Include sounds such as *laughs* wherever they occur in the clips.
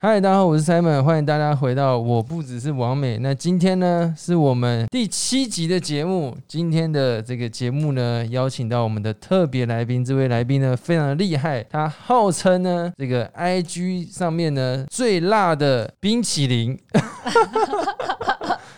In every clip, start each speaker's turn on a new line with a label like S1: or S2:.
S1: 嗨，大家好，我是 Simon，欢迎大家回到我不只是王美。那今天呢，是我们第七集的节目。今天的这个节目呢，邀请到我们的特别来宾，这位来宾呢非常的厉害，他号称呢这个 IG 上面呢最辣的冰淇
S2: *laughs*
S1: 淋，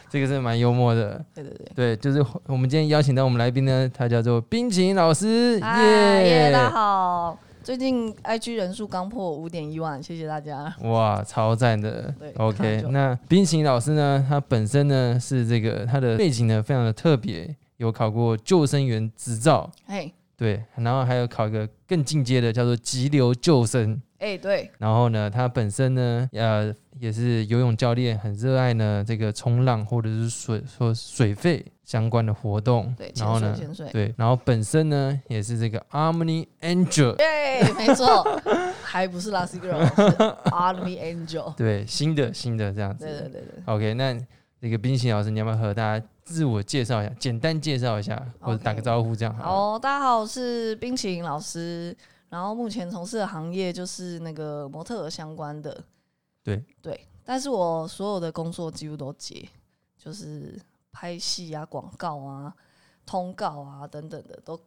S1: 这个是蛮幽默的。
S2: 对对对，
S1: 对，就是我们今天邀请到我们来宾呢，他叫做冰淇淋老
S2: *laughs*
S1: 师，
S2: 嗨耶，大家
S1: 耶！
S2: 好。最近 IG 人数刚破五点一万，谢谢大家。 *laughs*
S1: 哇，超赞的
S2: 对。
S1: OK，
S2: 很久
S1: 那冰淇淋老师呢，他本身呢是这个他的背景呢非常的特别，有考过救生员执照，
S2: 嘿，
S1: 对，然后还有考一个更进阶的叫做急流救生。
S2: 哎，对，
S1: 然后呢，他本身呢，呃，也是游泳教练，很热爱呢这个冲浪或者是水说水费相关的活动。
S2: 对
S1: 然后呢，
S2: 潜水潜水
S1: 对，然后本身呢也是这个 Harmony Angel，
S2: 耶，没 *laughs* 错，还不是 Last Girl，是 Army *laughs* Angel。
S1: 对，新的新的这样子。
S2: 对对对对
S1: OK，那这个冰淇淋老师，你要不要和大家自我介绍一下，简单介绍一下，或者
S2: OK
S1: 打个招呼这样好
S2: 好
S1: 了？
S2: 哦，大家好，我是冰淇淋老师，然后目前从事的行业就是那个模特儿相关的。
S1: 对
S2: 对，但是我所有的工作几乎都接，就是拍戏啊、广告啊、通告啊等等的，都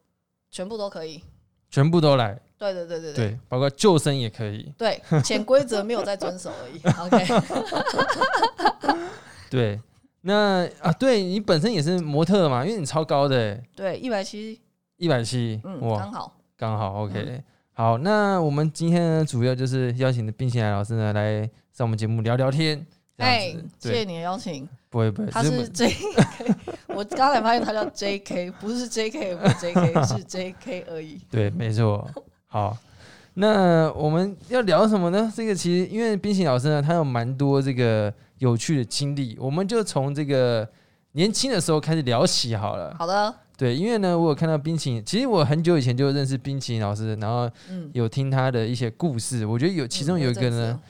S2: 全部都可以。
S1: 全部都来，
S2: 对对对对对。
S1: 对，包括救生也可以，
S2: 对，潜规则没有在遵守而已。OK， *laughs*
S1: 对。那啊，对你本身也是模特嘛，因为你超高的，
S2: 对，一百七，
S1: 一百七，
S2: 嗯，
S1: 哇
S2: 刚，嗯好。
S1: 刚好 OK。好，那我们今天呢，主要就是邀请的冰淇淋老师呢来上我们节目聊聊天，这
S2: 哎
S1: 样子，，
S2: 谢谢
S1: 对，哎
S2: 你的邀请。
S1: 不会不会，
S2: 他
S1: 就是
S2: J，我 *laughs* 刚才发现他叫 JK，不是 JK，也不是 JK，是 JK 而已。
S1: 对，没错。好，那我们要聊什么呢？这个其实因为冰淇淋老师呢，他有蛮多这个有趣的经历，我们就从这个年轻的时候开始聊起好了。
S2: 好的，
S1: 对，因为呢，我有看到冰淇淋，其实我很久以前就认识冰淇淋老师，然后
S2: 嗯，
S1: 有听他的一些故事，我觉得有其中有一个
S2: 哦
S1: 呢，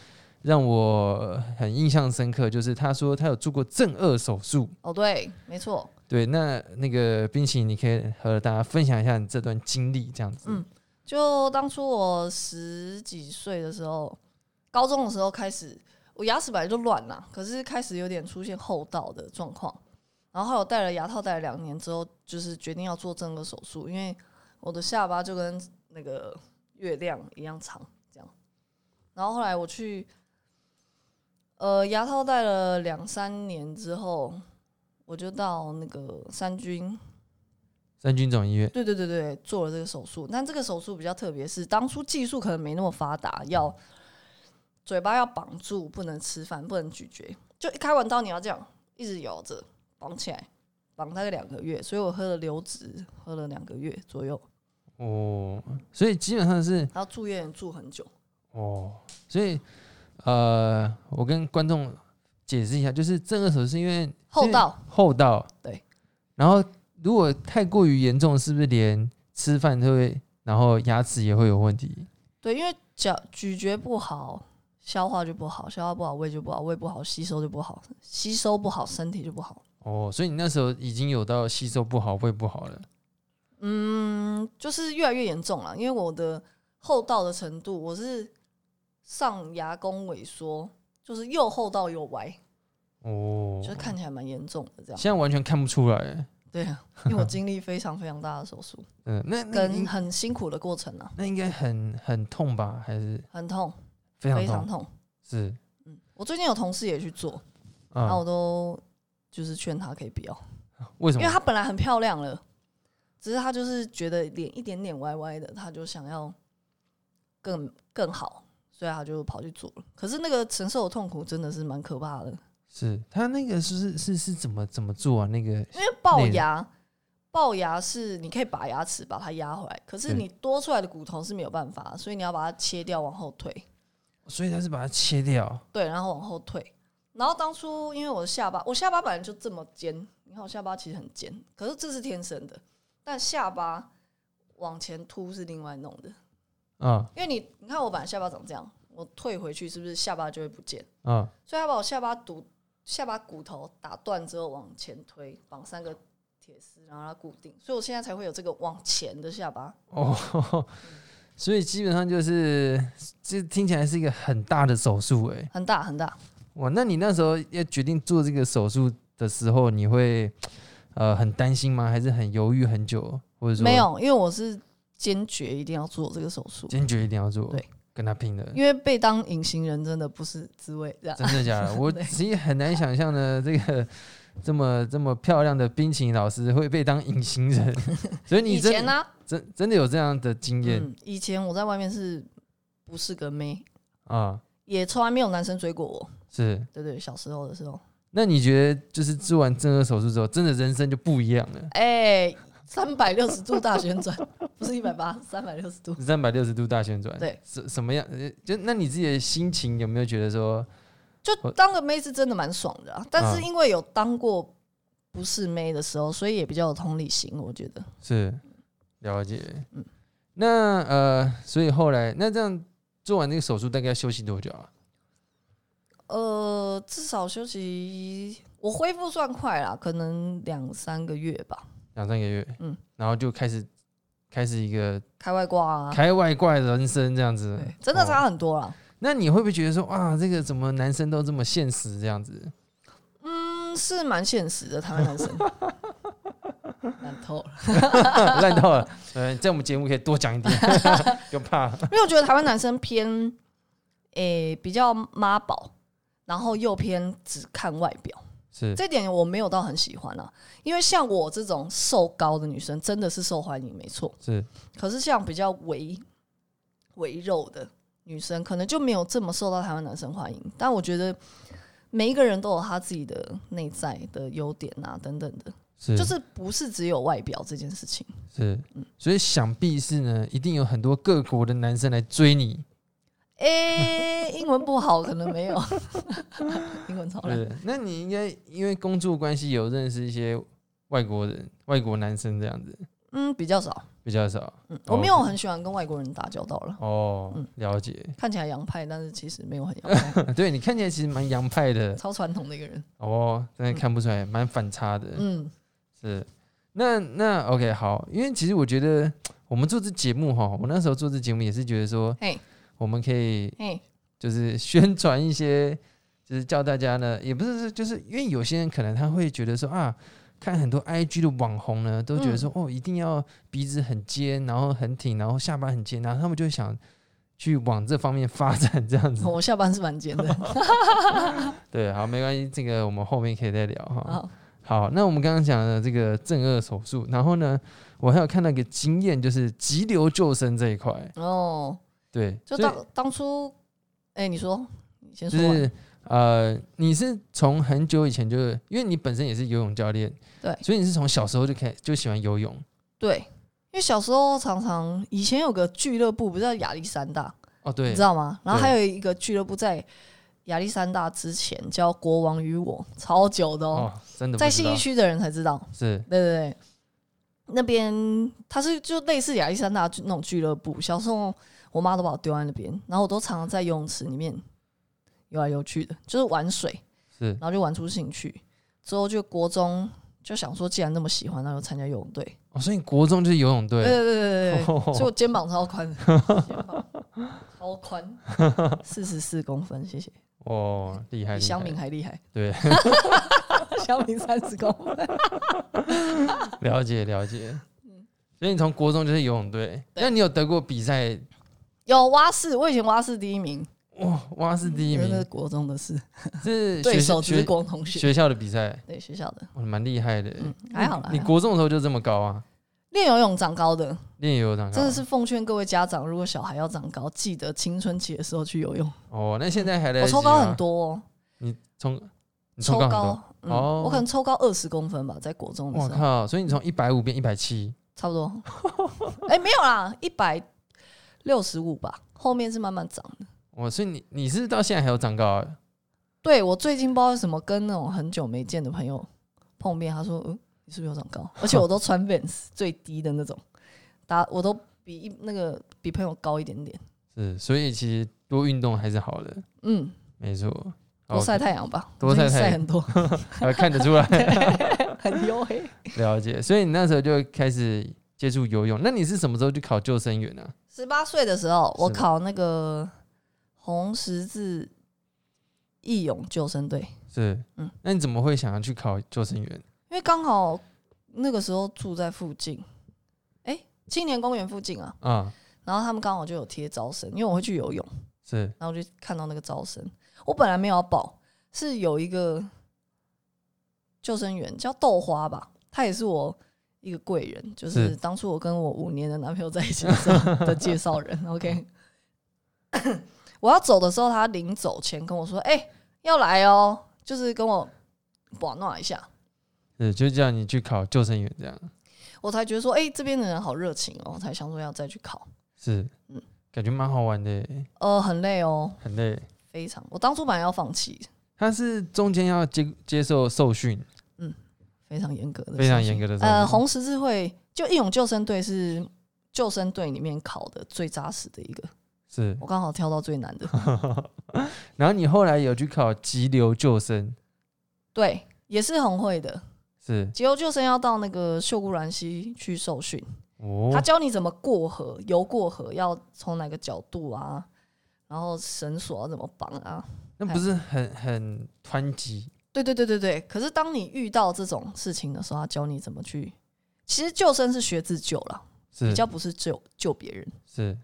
S1: 让我很印象深刻，就是他说他有做过正颚手术。
S2: 哦，对，没错，
S1: 对，那那个冰淇淋，你可以和大家分享一下你这段经历，这样子。
S2: 嗯就当初我十几岁的时候，高中的时候开始，我牙齿本来就乱啦，可是开始有点出现后倒的状况。然后还有戴了牙套戴了两年之后，就是决定要做正颌手术，因为我的下巴就跟那个月亮一样长，这样。然后后来我去，呃，牙套戴了两三年之后，我就到那个三军
S1: 三军总医院，
S2: 对对对对，做了这个手术。但这个手术比较特别，是当初技术可能没那么发达，要嘴巴要绑住，不能吃饭，不能咀嚼。就一开完刀，你要这样一直咬着绑起来，绑大概两个月。所以我喝了流质，喝了两个月左右，
S1: 哦，所以基本上是
S2: 然后住院住很久。
S1: 哦，所以呃，我跟观众解释一下，就是正颌手术是因为
S2: 后道，
S1: 因为后道
S2: 对，
S1: 然后如果太过于严重，是不是连吃饭都会，然后牙齿也会有问题？
S2: 对，因为嚼咀嚼不好，消化就不好，消化不好，胃就不好，胃不好，吸收就不好，吸收不好，身体就不好。
S1: 哦，所以你那时候已经有到吸收不好、胃不好了。
S2: 嗯，就是越来越严重了，因为我的厚道的程度，我是上牙弓萎缩，就是又厚道又歪，
S1: 哦
S2: 就是看起来蛮严重的这样。
S1: 现在完全看不出来。
S2: 对啊，因为我经历非常非常大的手术，
S1: 嗯，那 *laughs* 那
S2: 跟
S1: 应
S2: 很辛苦的过程啊，
S1: 那应该很很痛吧？还是
S2: 很痛，
S1: 非常
S2: 非
S1: 痛？
S2: 常痛。
S1: 是
S2: 嗯，我最近有同事也去做，然
S1: 啊
S2: 后我都就是劝他可以不要，
S1: 为什
S2: 因
S1: 么
S2: 为？她本来很漂亮了，只是她就是觉得脸一点点歪歪的，她就想要更更好，所以她就跑去做了。可是那个承受的痛苦真的是蛮可怕的，
S1: 是他那个是是是是怎么怎么做啊？那个
S2: 因为龅牙，龅牙是你可以把牙齿把它压回来，可是
S1: 对
S2: 你多出来的骨头是没有办法，所以你要把它切掉往后退，
S1: 所以他是把它切掉。
S2: 对，然后往后退。然后当初因为我的下巴，我下巴本来就这么尖，你看我下巴其实很尖，可是这是天生的，但下巴往前凸是另外弄的。
S1: 嗯
S2: 因为你你看我本来下巴长这样，我退回去是不是下巴就会不见？
S1: 嗯，
S2: 所以他把我下巴堵下巴骨头打断之后往前推，绑三个铁丝，然后让它固定，所以我现在才会有这个往前的下巴。
S1: 哦， *laughs* 所以基本上就是这听起来是一个很大的手术哎、
S2: 很大很大，
S1: 哇，那你那时候要决定做这个手术的时候，你会呃很担心吗？还是很犹豫很久，或者说
S2: 没有，因为我是坚决一定要做这个手术，
S1: 坚决一定要做，
S2: 对，
S1: 跟他拼了。
S2: 因为被当隐形人真的不是滋味。这样
S1: 真的
S2: *laughs*
S1: 假的？我其实很难想象呢，这个这么这么漂亮的冰淇淋老师会被当隐形人， *laughs* 所以你
S2: 以
S1: 真
S2: 前呢、
S1: 真真的有这样的经验
S2: 嗯，以前我在外面是不是个妹，
S1: 啊、
S2: 也从来没有男生追过我。
S1: 是，
S2: 对对，小时候的时候，
S1: 那你觉得就是做完正颌手术之后，真的人生就不一样了，
S2: 哎、三百六十度大旋转，不是一百八，三百六十度。
S1: 三百六十度大旋转？
S2: 对，
S1: 什什么样？呃就那你自己的心情有没有觉得说，
S2: 就当个妹是真的蛮爽的啊，但
S1: 嗯
S2: 是因为有当过不是妹的时候，所以也比较有同理心，我觉得。
S1: 是了解？
S2: 嗯
S1: 那呃，所以后来那这样做完这个手术大概要休息多久啊？
S2: 呃，至少休息，我恢复算快啦，可能两三个月吧。
S1: 两三个月，嗯
S2: 嗯，
S1: 然后就开始开始一个
S2: 开外挂啊，
S1: 开外挂人生这样子
S2: 对，，真的
S1: 哦
S2: 差很多啦。
S1: 那你会不会觉得说，哇，这个怎么男生都这么现实这样子？
S2: 嗯，是蛮现实的，台湾男生 *laughs* 烂透了。
S1: 烂到 *laughs* 了，呃，在我们节目可以多讲 *laughs* 一点，不用怕。
S2: 因为我觉得台湾男生偏，诶、比较妈宝，然后又偏只看外表。
S1: 是
S2: 这点我没有到很喜欢啊，因为像我这种瘦高的女生，真的是受欢迎，没错。
S1: 是，
S2: 可是像比较围围肉的女生，可能就没有这么受到台湾男生欢迎。但我觉得每一个人都有他自己的内在的优点啊，等等的，
S1: 是，
S2: 就是嗯不是只有外表这件事情。
S1: 是，所以想必是呢，一定有很多各国的男生来追你。
S2: 诶、英文不好可能没有， *laughs* 英文超烂。
S1: 对，那你应该因为工作关系有认识一些外国人、外国男生这样子
S2: 嗯，比较少。
S1: 比较少。
S2: 嗯，我没有很喜欢跟外国人打交道了。
S1: 哦，了解。 *laughs*
S2: 看起来洋派，但是其实没有很洋派，
S1: 对你看起来其实蛮洋派的
S2: 超传统的一个人。
S1: 哦，真的看不出来，蛮反差的。
S2: 嗯，
S1: 是，那那 OK 好，因为其实我觉得我们做这节目哈，我那时候做这节目也是觉得说，
S2: 嘿，
S1: 我们可以
S2: 嘿，
S1: 就是宣传一些， *laughs* 就是叫大家呢，也不是说就是因为有些人可能他会觉得说啊，看很多 IG 的网红呢，都觉得
S2: 嗯
S1: 说、哦，一定要鼻子很尖，然后很挺，然后下巴很尖，然后他们就会想去往这方面发展这样子。
S2: 我下班是蛮
S1: *laughs*
S2: 尖的。
S1: 对，好，没关系，这个我们后面可以再聊哈。
S2: 好，
S1: 好，那我们刚刚讲的这个正颚手术，然后呢，我还有看到一个经验，就是急流救生这一块，
S2: 哦，
S1: 对，
S2: 就
S1: 所以
S2: 当当初，哎，你说，你先
S1: 就
S2: 说完。
S1: 是呃，你是从很久以前就，因为你本身也是游泳教练，
S2: 对
S1: 所以你是从小时候就开就喜欢游泳，
S2: 对，因为小时候常常以前有个俱乐部，不是叫亚历山大，
S1: 哦，
S2: 你
S1: 对
S2: 知，道吗？然后还有一个俱乐部在亚历山大之前叫国王与我，超久的哦，
S1: 哦，真的不
S2: 在
S1: 知
S2: 信
S1: 道
S2: 义区的人才知道。
S1: 是
S2: 对对对，那边它是就类似亚历山大那种俱乐部。小时候我妈都把我丢在那边，然后我都常常在游泳池里面游来游去的，就是玩水，
S1: 是
S2: 然后就玩出兴趣。之后就国中就想说，既然那么喜欢，那就参加游泳队。
S1: 哦，所以你国中就是游泳队，
S2: 对对对对对，
S1: 哦
S2: 所以我肩膀超宽的，肩膀超宽，四十四公分，谢谢，
S1: 哦，厉害，
S2: 比
S1: 厉
S2: 香
S1: 害
S2: 明还厉害，
S1: 对， *laughs*
S2: 香明三十公分。
S1: 了解了解，所以你从国中就是游泳队，
S2: 嗯对
S1: 那你有得过比赛？
S2: 有蛙式，我以前蛙式第一名，
S1: 哇，哇是第一
S2: 因为那
S1: 名
S2: 是，国中的事，
S1: 是
S2: 对
S1: 学
S2: 手只是
S1: 学
S2: 国中同学。
S1: 学校的比赛，
S2: 对学校的，
S1: 哇蛮厉害的。
S2: 嗯，还好啦。
S1: 你
S2: 还好
S1: 国中的时候就这么高啊？
S2: 练游泳长高的，
S1: 练游泳长高
S2: 真的是奉劝各位家长，如果小孩要长高，记得青春期的时候去游泳。
S1: 哦，那现在还来得
S2: 我
S1: 及
S2: 抽高
S1: 吗
S2: 很，多、哦，
S1: 你从你
S2: 抽
S1: 抽高很多，
S2: 嗯，
S1: 哦
S2: 我可能抽高二十公分吧，在国中的
S1: 我
S2: 时候，嗯
S1: 靠！所以你从一百五变一百七，
S2: 差不多。 *laughs* 哎、没有啦，一百六十五吧，后面是慢慢长的。
S1: 我所以你你是到现在还有长高啊？
S2: 对我最近不知道为什么跟那种很久没见的朋友碰面，他说：“嗯，你是不是有长高？”而且我都穿 Vans *laughs* 最低的那种，打我都比一那个比朋友高一点点。
S1: 是，所以其实多运动还是好的，
S2: 嗯，
S1: 没错。
S2: 多晒太阳吧，
S1: 哦多晒太阳
S2: 阳
S1: *laughs*
S2: 很多，
S1: 呃，看得出来， *laughs*
S2: 很黝黑。
S1: 了解。所以你那时候就开始接触游泳，那你是什么时候去考救生员呢、啊？
S2: 十八岁的时候，我
S1: 是的
S2: 考那个红十字义勇救生队，
S1: 是，
S2: 嗯
S1: 那你怎么会想要去考救生员？
S2: 因为刚好那个时候住在附近，哎、青年公园附近啊，
S1: 啊、
S2: 然后他们刚好就有贴招生，因为我会去游泳，
S1: 是
S2: 然后我就看到那个招生，我本来没有要报，是有一个救生员叫豆花吧，他也是我一个贵人，就是
S1: 是
S2: 当初我跟我五年的男朋友在一起的时候的介绍人。OK，我要走的时候，他临走前跟我说：“哎、要来哦，就是跟我玩闹一下。”
S1: 是，就叫你去考救生员这样，
S2: 我才觉得说：“哎、这边的人好热情哦。”我才想说要再去考，
S1: 是，
S2: 嗯
S1: 感觉蛮好玩的耶，
S2: 呃，很累哦，
S1: 很累。
S2: 非常。我当初本来要放弃，
S1: 他是中间要接接受受训，
S2: 非常严格的，
S1: 非常严格的
S2: 呃，
S1: 受训
S2: 红十字会就义勇救生队是救生队里面考的最扎实的一个，
S1: 是。
S2: 我刚好挑到最难的。
S1: *laughs* 然后你后来有去考急流救生，
S2: 对，也是很会的。
S1: 是
S2: 急救救生要到那个秀姑峦溪去受训，
S1: 哦
S2: 他，教你怎么过河、游过河，要从哪个角度啊，然后绳索要怎么绑啊。
S1: 那不是很很湍急，
S2: 对对对对对。可是当你遇到这种事情的时候，他教你怎么去。其实救生是学自救啦，
S1: 是
S2: 比较不嗯是救救别人。
S1: 是，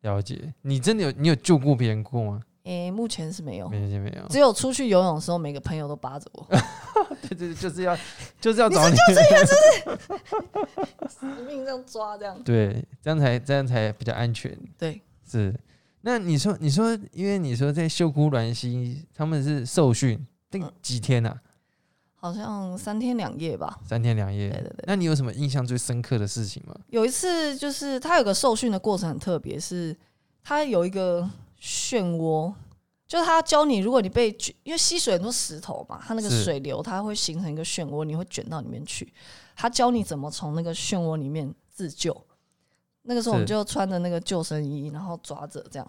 S1: 了解。你真的有你有救过别人过吗？
S2: 诶、目前是没有，
S1: 没有没有，
S2: 只有出去游泳的时候，每个朋友都扒着我。
S1: 对对， *laughs* 就是要就是要找你，
S2: 一命这样抓这样。
S1: *laughs* 对，这样才这样才比较安全。
S2: 对，
S1: 是，那你说你说，因为你说在秀姑峦溪他们是受训，那
S2: 嗯
S1: 几天啊？
S2: 好像三天两夜吧。
S1: 三天两夜。
S2: 对对对
S1: 那你有什么印象最深刻的事情吗？
S2: 有一次就是他有个受训的过程很特别，是他有一个漩涡，就是他教你，如果你被卷，因为溪水很多石头嘛，它那个
S1: 是
S2: 水流它会形成一个漩涡，你会卷到里面去。他教你怎么从那个漩涡里面自救。那个时候我们
S1: 是
S2: 就穿着那个救生衣，然后抓着这样，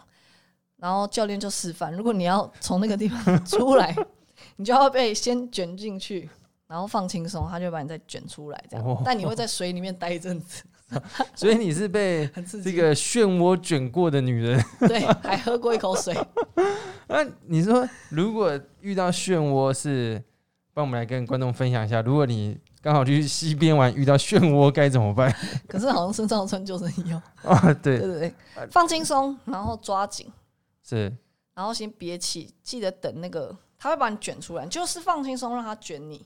S2: 然后教练就示范，如果你要从那个地方出来，你就要被先卷进去，然后放轻松，他就把你再卷出来这样。
S1: 哦
S2: 但你会在水里面待一阵子，
S1: 所以你是被
S2: 很刺激。
S1: 这个漩涡卷过的女人。
S2: *laughs*
S1: *laughs*
S2: 对，还喝过一口水。
S1: 那你说，如果遇到漩涡是，帮我们来跟观众分享一下，如果你刚好去溪边玩遇到漩涡该怎么办？ *laughs*
S2: 可是好像身上穿救生衣哦。
S1: 啊，
S2: 对
S1: 对，
S2: 对对，放轻松，然后抓紧，
S1: 是
S2: 然后先憋气，记得等那个他会把你卷出来，就是放轻松让他卷你，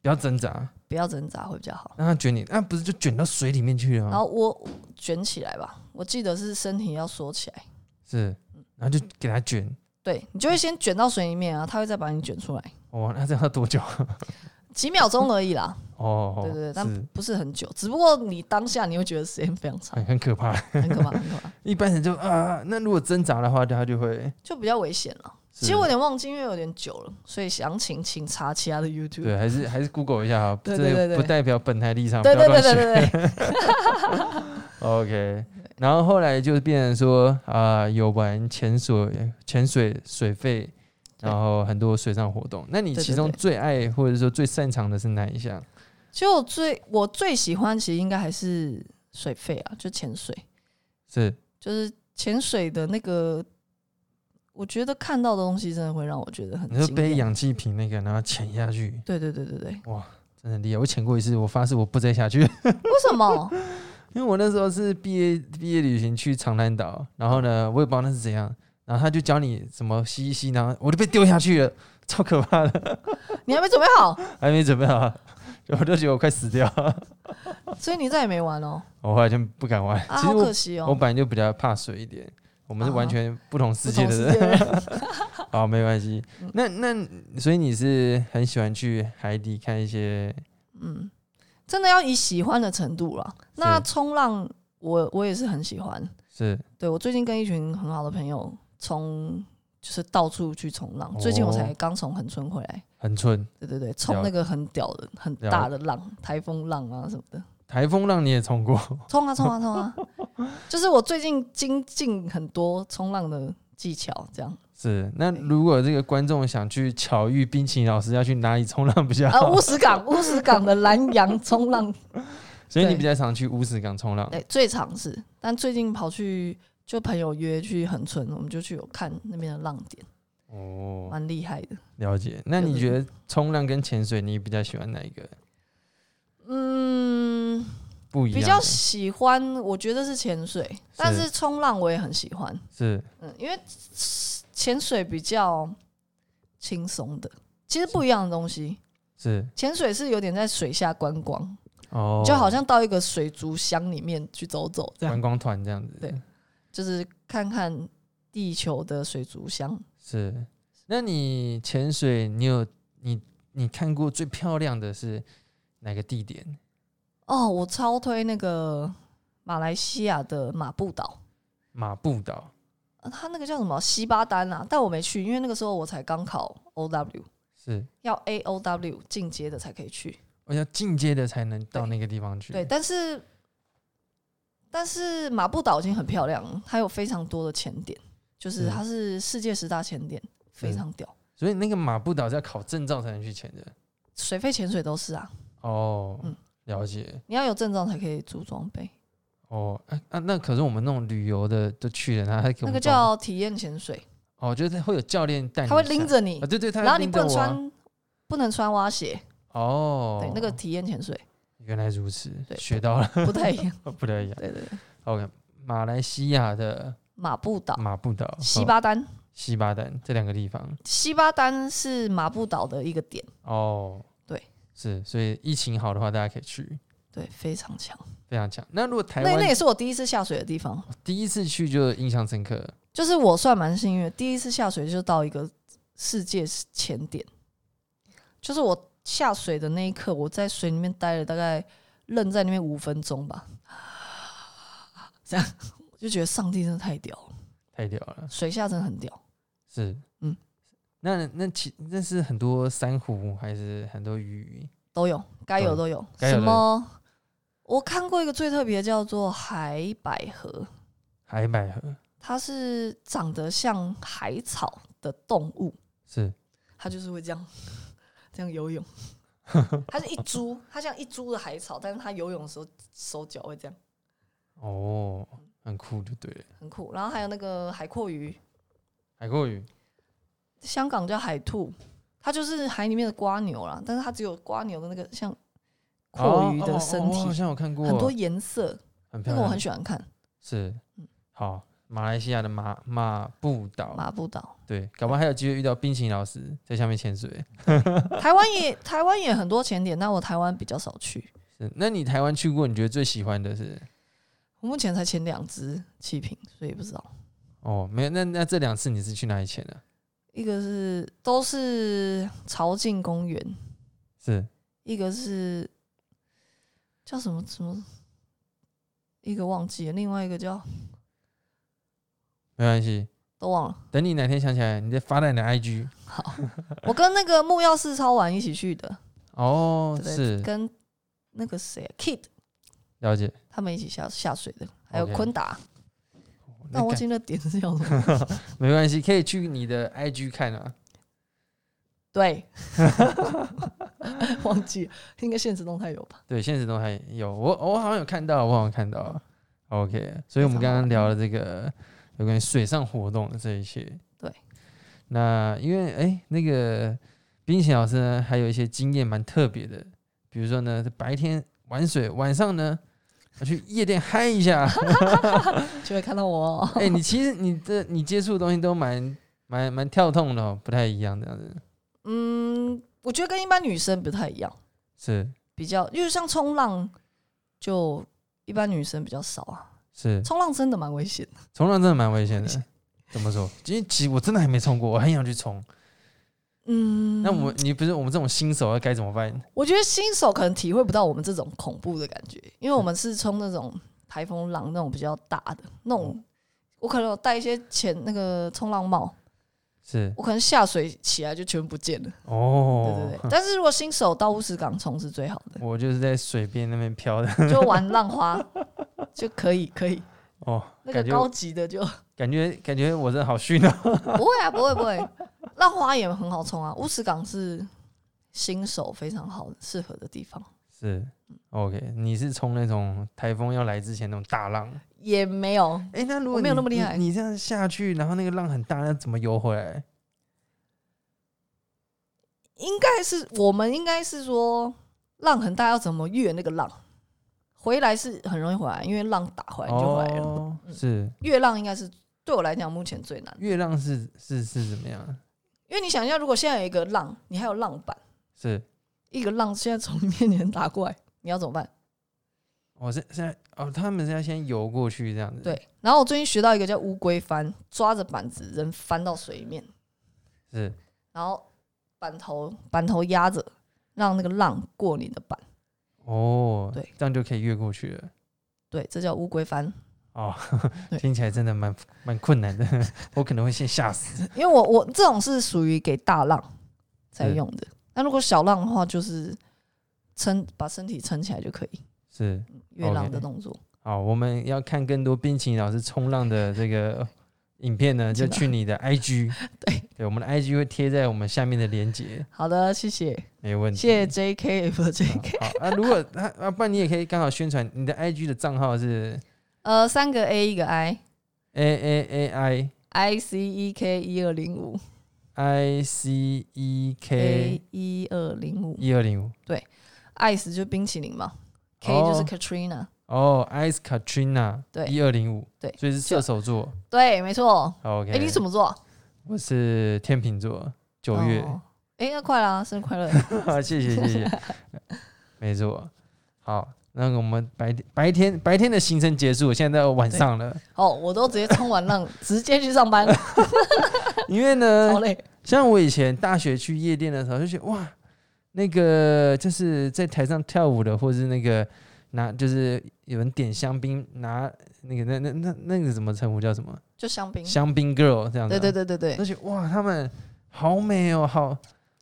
S1: 不要挣扎，
S2: 不要挣扎会比较好。
S1: 让它卷啊你，那、不是就卷到水里面去了
S2: 然
S1: 吗？
S2: 后我卷起来吧，我记得是身体要缩起来，
S1: 是，然后就给它卷。
S2: 对你就会先卷到水里面啊，他会再把你卷出来，
S1: 哦，那这样要多久？ *laughs*
S2: 几秒钟而已啦，
S1: 哦，
S2: 对对对，
S1: 是哎
S2: 但不是很久，只不过你当下你会觉得时间非常长
S1: 很，很可怕。
S2: 很可怕，很可怕，
S1: 一般人就啊，那如果挣扎的话，他就
S2: *laughs*
S1: 会。
S2: 就比较危险了。
S1: 是
S2: 其实我有点忘记，因为有点久了，所以详情请查其他的 YouTube。
S1: 对，还是还是 Google 一下哈，
S2: 对
S1: 这
S2: 对对
S1: 个
S2: 对
S1: 不代表本台立场，不
S2: 对
S1: 要
S2: 对对
S1: 乱
S2: 对
S1: 学。*laughs*
S2: 对对，
S1: OK，然后后来就变成说啊、有玩潜水、潜水、水费，
S2: 对
S1: 然后很多水上活动。那你
S2: 对对
S1: 其中
S2: 对
S1: 最爱或者说最擅长的是哪一项？
S2: 其实我最我最喜欢，其实应该还是水肺啊，就潜水，
S1: 是
S2: 就是潜水的那个，我觉得看到的东西真的会让我觉得很
S1: 你说
S2: 惊
S1: 背
S2: 艳。
S1: 氧气瓶那个，然后潜下去，
S2: 对对对对对， *laughs*
S1: 真的很厉害。我潜过一次，我发誓我不再下去， *laughs*
S2: 为什么？
S1: 因为我那时候是毕业毕业旅行去长滩岛，然后呢，我也不知道那是怎样，然后他就教你怎么吸一吸，然后我就被丢下去了， *laughs* 超可怕的，
S2: 你还没准备好，
S1: 还没准备好， *laughs* 我都觉得我快死掉了， *laughs*
S2: 所以你再也没玩哦。
S1: 我后来就不敢玩。
S2: 啊，
S1: 其
S2: 好
S1: 实我
S2: 可惜
S1: 我
S2: 哦。
S1: 本来就比较怕水一点，我们是完
S2: 啊
S1: 全不同世
S2: 不
S1: 界
S2: 同
S1: 的
S2: 世
S1: 人。
S2: 界的人
S1: *laughs*
S2: 嗯
S1: 好，没关系。那那所以你是很喜欢去海底看一些
S2: 嗯，真的要以喜欢的程度啦。那冲浪我，我也是很喜欢。
S1: 是
S2: 对我最近跟一群很好的朋友从就是到处去冲浪。最近我才刚从恒春回来，
S1: 很蠢。
S2: 对对对，冲那个很屌的、很大的浪，台风浪啊什么的，
S1: 台风浪你也冲过， *laughs*
S2: 冲啊冲啊冲啊！ *laughs* 就是我最近精进很多冲浪的技巧，这样
S1: 是。那如果这个观众想去巧遇冰淇淋老师，要去哪里冲浪比较
S2: 啊，
S1: 好
S2: 乌？石港乌石港的南洋冲浪，
S1: *laughs* 所以你
S2: 对
S1: 比较常去乌石港冲浪。
S2: 对，最常是，但最近跑去就朋友约去恒春，我们就去有看那边的浪点，
S1: 哦，
S2: 蛮厉害的。
S1: 了解。那你觉得冲浪跟潜水，你比较喜欢哪一个？
S2: 嗯，
S1: 不一样的，
S2: 比较喜欢，我觉得是潜水，但
S1: 是
S2: 是冲浪我也很喜欢，
S1: 是
S2: 嗯，因为潜水比较轻松的，其实不一样的东西。
S1: 是
S2: 潜水是有点在水下观光，
S1: 哦，
S2: 就好像到一个水族箱里面去走走，这
S1: 观
S2: 样
S1: 光团这样子。
S2: 对就是看看地球的水族箱。
S1: 是。那你潜水，你有你你看过最漂亮的是哪个地点？
S2: 哦，我超推那个马来西亚的马布岛，
S1: 马布岛
S2: 呃它那个叫什么西巴丹啊，但我没去，因为那个时候我才刚考 O W，
S1: 是，
S2: 要 A O W 进阶的才可以去。
S1: 我要进阶的才能到那个地方去。
S2: 对，，但是但是马布岛已经很漂亮了，它有非常多的潜点，就是
S1: 嗯
S2: 它是世界十大潜点，非
S1: 嗯
S2: 常屌。
S1: 所以那个马布岛是要考证照才能去潜的。
S2: 嗯水肺潜水都是啊，
S1: 哦，
S2: 嗯
S1: 了解。
S2: 你要有证照才可以组装备，
S1: 哦，啊啊，那可是我们那种旅游的就去了，然后还给我
S2: 那
S1: 们报
S2: 个
S1: 名
S2: 叫体验潜水，
S1: 哦，就是会有教练带你
S2: 他
S1: 下，
S2: 会拎着你
S1: 啊，，对对，他会
S2: 然后你
S1: 拎
S2: 不
S1: 着
S2: 能
S1: 我啊
S2: 穿不能穿蛙鞋，
S1: 哦，
S2: 对，那个体验潜水 *laughs*
S1: 原来如此，
S2: 对
S1: 学到了， *laughs*
S2: 不太一样。
S1: 不得了。
S2: 对对对，
S1: OK，马来西亚的
S2: 马布岛、
S1: 马布岛、
S2: 西
S1: 哦
S2: 巴丹，
S1: 西巴丹这两个地方
S2: 西巴丹是马布岛的一个点，
S1: 哦，
S2: 对，
S1: 是，所以疫情好的话，大家可以去，
S2: 对，非常强。
S1: 非常强。那如果台
S2: 那那
S1: 湾
S2: 也是我第一次下水的地方，
S1: 第一次去就印象深刻，
S2: 就是我算蛮幸运的，第一次下水就到一个世界前点，就是我下水的那一刻，我在水里面待了大概愣在那边五分钟吧，这样我就觉得上帝真的太屌了，
S1: 太屌了，
S2: 水下真的很屌。
S1: 是，
S2: 嗯。
S1: 那那其那是很多珊瑚还是很多鱼
S2: 都有，该有
S1: 都
S2: 都有。
S1: 该有
S2: 什
S1: 的
S2: 么？我看过一个最特别，叫做海百合，
S1: 海百合
S2: 它是长得像海草的动物，
S1: 是
S2: 它就是会这样 *laughs* 这样
S1: *laughs*
S2: 游泳。它是一株，它像一株的海草，但是它游泳的时候手脚会这样，
S1: 哦，很酷就对了。
S2: 很酷。然后还有那个海阔鱼，
S1: 海阔鱼
S2: 香港叫海兔，它就是海里面的瓜牛啦，但是它只有瓜牛的那个像阔鱼的身体，
S1: 哦哦哦好像有看过，
S2: 很多颜色，
S1: 很
S2: 那
S1: 漂
S2: 个
S1: 亮，
S2: 我很喜欢看。
S1: 是
S2: 嗯，
S1: 好，马来西亚的马马布岛，
S2: 马布岛。
S1: 对，搞不好还有机会遇到冰淇淋老师在下面潜水。
S2: 台湾也台湾也很多潜点，但我台湾比较少去。
S1: 是，那你台湾去过，你觉得最喜欢的是？
S2: 我目前才潜两只气瓶，所以不知道。
S1: 哦，没有，那那这两次你是去哪里潜的、
S2: 一个是都是朝境公园，
S1: 是
S2: 一个是叫什么什么，一个忘记了，另外一个叫
S1: 没关系，
S2: 都忘了。
S1: 等你哪天想起来，你再发在你的 IG。
S2: 好， *laughs* 我跟那个木曜四超玩一起去的，
S1: 哦
S2: 对，不对？
S1: 是
S2: 跟那个谁、Kid
S1: 了解。
S2: 他们一起下下水的，还有
S1: OK 哦
S2: 昆达。
S1: 那
S2: 但我忘
S1: 感
S2: 记那点是
S1: *laughs*
S2: 叫什么。
S1: 没关系，可以去你的 IG 看啊。
S2: 对， *laughs* 忘记了应该现实动态有吧？
S1: 对，现实中还有我，我好像有看到，我好像看到。OK，所以我们刚刚聊了这个有关于水上活动的这一些。
S2: 对，
S1: 那因为哎、那个冰淇淋老师呢，还有一些经验蛮特别的，比如说呢，白天玩水，晚上呢。要去夜店嗨一下，
S2: 就会看到我哦、
S1: 哎、你其实你这你接触的东西都蛮蛮蛮跳动的、哦，不太一样这样子，
S2: 嗯，我觉得跟一般女生不太一样，
S1: 是
S2: 比较，因为像冲浪，就一般女生比较少啊。
S1: 是，
S2: 冲浪真的蛮危险的，
S1: 冲浪真的蛮危险
S2: 危
S1: 的
S2: 险。
S1: 怎么说？因为其实我真的还没冲过，我很想去冲，
S2: 嗯，
S1: 那我们你不是我们这种新手要该怎么办？
S2: 我觉得新手可能体会不到我们这种
S1: 嗯
S2: 恐怖的感觉，因为我们是冲那种台风浪那种比较大的那种，我可能有戴一些浅那个冲浪帽，
S1: 是
S2: 我可能下水起来就全不见了。对
S1: 哦， *laughs*
S2: 对对，但是如果新手到乌石港冲是最好
S1: 我就是在水边那边飘的 *laughs*
S2: 的，就玩浪花就可以可以。
S1: 哦，
S2: 那
S1: 感
S2: 个
S1: 觉
S2: 高级
S1: *laughs*
S2: 的就
S1: 感觉感觉我真的好逊哦。
S2: 不会啊，不会不会，浪花也很好冲啊。乌石港是新手非常好适合的地方，
S1: *laughs* 是 OK，你是冲那种台风要来之前那种大浪？
S2: 也没有
S1: 哎、那如果
S2: 我没有
S1: 你
S2: 那么厉
S1: 你
S2: 害
S1: 你这样下去，然后那个浪很大，那怎么游回来？
S2: 应该是我们应该是说浪很大，要怎么越那个浪？回来是很容易回来，因为浪打回来你就回来了。
S1: 哦，是
S2: 越浪应该是对我来讲目前最难，
S1: 月浪是是是怎么样？
S2: 因为你想一下，如果现在有一个浪，你还有浪板，
S1: 是
S2: 一个浪现在从你面前打过来，你要怎么办？
S1: 我、哦、是现在哦，他们是要先游过去这样子。，
S2: 对。然后我最近学到一个叫乌龟翻，抓着板子人翻到水里面，
S1: 是
S2: 然后板头板头压着，让那个浪过你的板。
S1: 哦，
S2: 对，
S1: 这样就可以越过去了。
S2: 对，这叫乌龟翻。
S1: 哦，
S2: 对
S1: 听起来真的蛮蛮困难的， *laughs* 我可能会先吓死。
S2: 因为我我这种是属于给大浪才用的，
S1: 嗯
S2: 那如果小浪的话，就是撑把身体撑起来就可以，
S1: 是，
S2: 越浪的
S1: OK
S2: 动作。
S1: 好，我们要看更多冰淇淋老师冲浪的这
S2: *laughs*
S1: 个影片呢，就去你的 IG，
S2: 对
S1: 对，我们的 IG 会贴在我们下面的连接，
S2: 好的，谢谢，
S1: 没问题。
S2: 谢谢 J K 不 J K，
S1: 好啊，如果啊啊，不然你也可以刚好宣传你的 IG 的账号是
S2: 呃，三个 A 一个 I
S1: A A A I
S2: I C E K 一二零五
S1: I C E
S2: A
S1: K
S2: 一二零五
S1: 一二零五
S2: ，Ice 就是冰淇淋嘛，K
S1: 哦
S2: 就是 Katrina，、
S1: 哦，Ice Katrina
S2: 对
S1: 一二零五
S2: 对
S1: 所以是射手座。
S2: 对，没错。
S1: 好
S2: 哎、
S1: OK，
S2: 你怎么做？
S1: 我是天秤座，九月。
S2: 哦哎、那快啦，生日快乐！
S1: *laughs*
S2: *laughs*
S1: 谢谢谢谢，没错。好，那个我们白天白天白天的行程结束，现在到晚上了，
S2: 哦，我都直接冲完浪，直接去上班，
S1: 因为
S2: *laughs*
S1: 呢，
S2: 好累。
S1: 像我以前大学去夜店的时候，就觉得哇，那个就是在台上跳舞的，或是那个拿就是有人点香槟拿那个那那那那个怎么称呼叫什么
S2: 就香槟，
S1: 香槟啊 girl 这样子、
S2: 对对，对对对
S1: 而，且哇，他们好美哦，好